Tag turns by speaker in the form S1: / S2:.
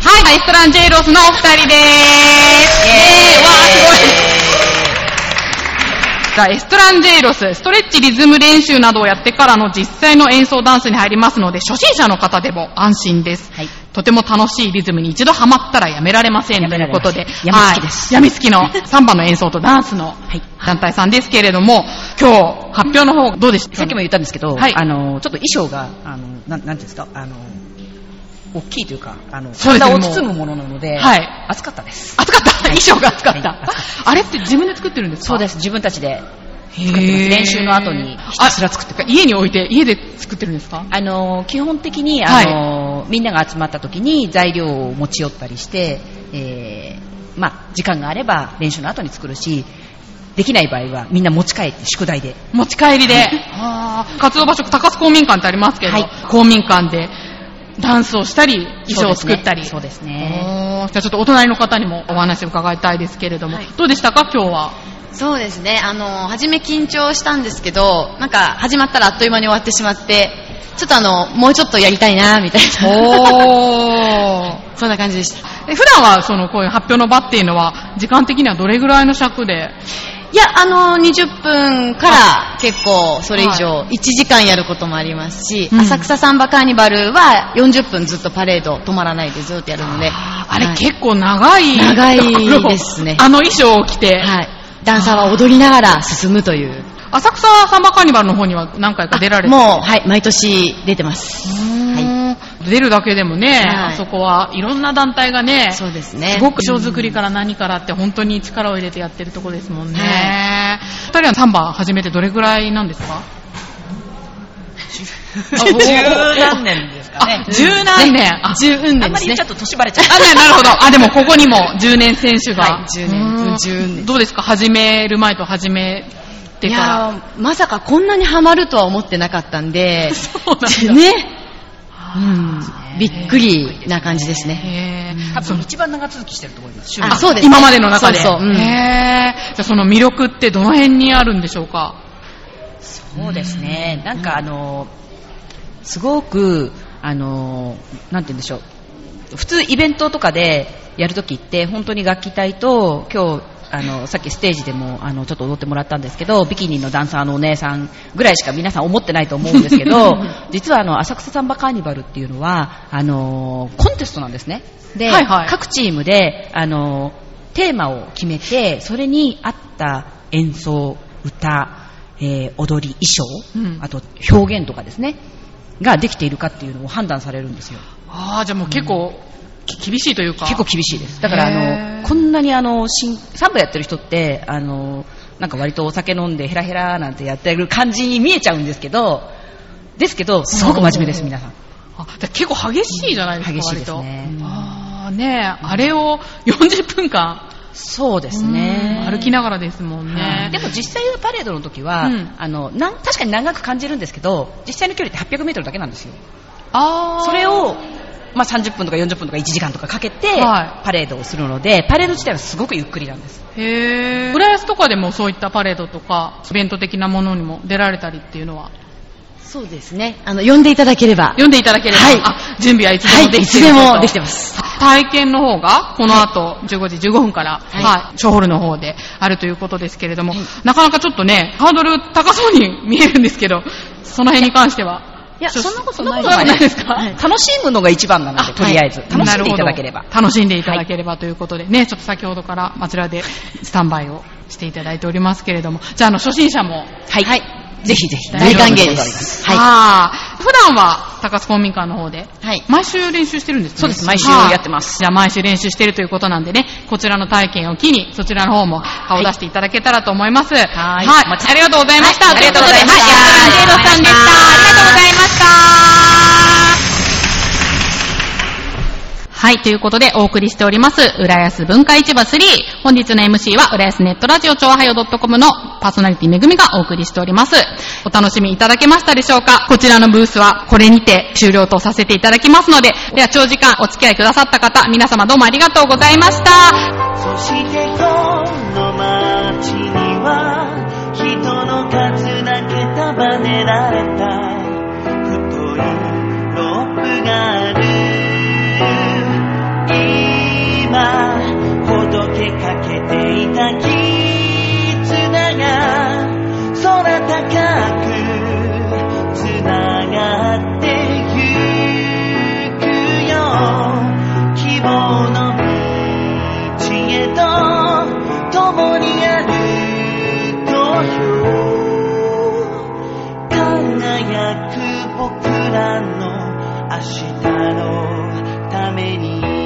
S1: レストランジェイロスのお二人でーす。イェーイわー、すごい。じゃあ、エストランジェイロス、ストレッチリズム練習などをやってからの実際の演奏ダンスに入りますので、初心者の方でも安心です。
S2: はい
S1: とても楽しいリズムに一度ハマったらやめられません
S2: や
S1: と
S2: め
S1: い
S2: ら
S1: う
S2: れ
S1: こ
S2: ま
S1: と
S2: せん
S1: で、
S2: やみつきです
S1: はいやみつきの3番の演奏とダンスの
S2: い
S1: 団体さんですけれども、今日発表の方どうでした
S2: さっきも言ったんですけど、
S1: はい
S2: あの、ちょっと衣装が、あの、なん、なんていうんですか、あの、大きいというか、あの、
S1: そうです
S2: 体
S1: ね
S2: を包むものなので、
S1: はい
S2: 暑かったです。
S1: 暑かった衣装が暑かった、
S2: はい暑かった
S1: あれって自分で作ってるんですか。
S2: そうですす、自分たちで。
S1: へー
S2: 作ってます練習の後にひたすら作って
S1: あ家に置いて、家で作ってるんですか
S2: あの、基本的に、あの、みんなが集まった時に材料を持ち寄ったりして、えー、まあ、時間があれば練習の後に作るし、できない場合はみんな持ち帰って宿題で。
S1: 持ち帰りで、 あー 活動場所、高須公民館ってありますけど、
S2: はい
S1: 公民館でダンスをしたり、衣装を作ったり。
S2: そうですね。そうですね
S1: おーじゃあちょっとお隣の方にもお話を伺いたいですけれども、
S3: はい
S1: どうでしたか今日は。
S3: そうですね、あの、初め緊張したんですけど、なんか始まったらあっという間に終わってしまって、ちょっとあの、もうちょっとやりたいな、みたいな。
S1: おー
S3: そんな感じでした。
S1: え普段はそのこういう発表の場っていうのは、時間的にはどれぐらいの尺で
S3: いや、あの、20分から結構それ以上、1時間やることもありますし、
S1: うん
S3: 浅草サンバカーニバルは40分ずっとパレード止まらないでずっとやるので、
S1: ああれ
S3: はい
S1: 結構長い。
S3: 長いですね
S1: あの衣装を着て。
S3: はい。ダンサーは踊りながら進むという。
S1: 浅草サンバカーニバルの方には何回か出られて
S3: もう、はい、毎年出てます。
S1: はい、出るだけでもね、
S3: はい
S1: あそこはいろんな団体がね、
S3: そうですね。
S1: すごく衣装作りから何からって本当に力を入れてやってるとこですもんね。
S3: は
S1: 二人はサンバ始めてどれぐらいなんですか
S2: 十何年ですかね
S1: あ、。十何年。あ、十運
S2: あ
S1: 年
S2: んま
S1: で
S2: り
S1: す
S2: 言
S1: ね
S2: っちゃ。うと年バレちゃう。
S1: あ、ね、なる ほど。 あ、でもここにも10年選手が。
S3: はい10年
S1: うん
S3: 10年
S1: どうですか始める前と始めて
S3: い
S1: から。
S3: やーまさかこんなにハマるとは思ってなかったんで
S1: そうなんだ
S3: ね、うん、びっくりな感じですね
S1: へー
S2: 多分一番長続きしてると思います。
S3: あ
S1: あ
S3: そうですね
S1: 今までの中で。
S3: そうそううん
S1: へーじゃあその魅力ってどの辺にあるんでしょうか
S2: そうですね。なんかあの、すごく、あの、なんて言うんでしょう。普通イベントとかでやるときって、本当に楽器隊と、今日、あの、さっきステージでも、あの、ちょっと踊ってもらったんですけど、ビキニのダンサーのお姉さんぐらいしか皆さん思ってないと思うんですけ ど、実はあの、浅草サンバカーニバルっていうのは、あの、コンテストなんですね。で、
S1: はいはい
S2: 各チームで、あの、テーマを決めて、それに合った演奏、歌、えー踊り、衣
S1: うん
S2: 装、あと表現とかですね、ができているかっていうのを判断されるんですよ。
S1: ああ、じゃあもう結構、き厳しいというか。
S2: 結構厳しいです。だからあ
S1: へー
S2: の、こんなにあの、新、サンバやってる人って、あの、なんか割とお酒飲んでヘラヘラなんてやってる感じに見えちゃうんですけど、ですけど、すごく真面目です、皆さん。
S1: あじゃあ結構激しいじゃないですか、
S2: 激しいですね
S1: 割
S2: うん
S1: と。ああ、ねえあれを40分間、
S2: そうですね。
S1: 歩きながらですもんね。
S2: でも実際のパレードの時は、
S1: うん
S2: あのなん確かに長く感じるんですけど実際の距離って8 0 0ルだけなんですよ
S1: あー
S2: それ、を、まあ、30分とか40分とか1時間とかかけて
S1: は
S2: パレードをするので、パレード自体はすごくゆっくりなんです
S1: へえ。浦安とかでもそういったパレードとか、イベント的なものにも出られたりっていうのは、
S3: そうですねあの呼んでいただければ
S1: 読んでいただければ、
S3: はい
S1: あ準備はいつで
S3: はい
S1: もで
S3: い
S1: きて
S3: つ
S1: いる
S3: で
S1: と
S3: もできてます
S1: 体験の方が、この後、15時15分から、はい、
S3: い
S1: ショーホールの方であるということですけれども、なかなかちょっとね、ハードル高そうに見えるんですけど、その辺に関しては。
S2: いや
S1: ちょ
S2: そんなこと
S1: そんな
S2: ない
S1: ことなくないですか、
S3: はい
S2: 楽しむのが一番なので
S3: あ
S2: とりあえず、
S3: はい
S2: 楽しんでいただけれ
S1: な
S2: ば
S1: るほど楽しんでいただければということで、ね、ちょっと先ほどからあちらでスタンバイをしていただいておりますけれども、じゃあ、あの、初心者も、
S2: はい、ぜひぜひ
S1: 大歓迎
S3: ですはい
S1: あー普段は高須公民館の方で、
S3: はい
S1: 毎週練習してるんですね
S2: そうです毎週やってます
S1: はいじゃあ毎週練習してるということなんでね、こちらの体験を機に、そちらの方も顔を出していただけたらと思います。はいはい。ありがとうございました。
S2: はいありがとうござい
S1: ということではい、ヤ
S2: ました
S1: ーさんでした。ありがとうございました。はい、ということでお送りしております、浦安文化市場3。本日の MC は、浦安ネットラジオ超はよ .com のパーソナリティめぐみがお送りしております。お楽しみいただけましたでしょうかこちらのブースはこれにて終了とさせていただきますので、では長時間お付き合いくださった方、皆様どうもありがとうございました。
S4: そしてこの街には人の数だけ束ねられた太いロープがある
S2: くつながってゆくよ希望の道へと共に歩こうよ輝く僕らの明日のために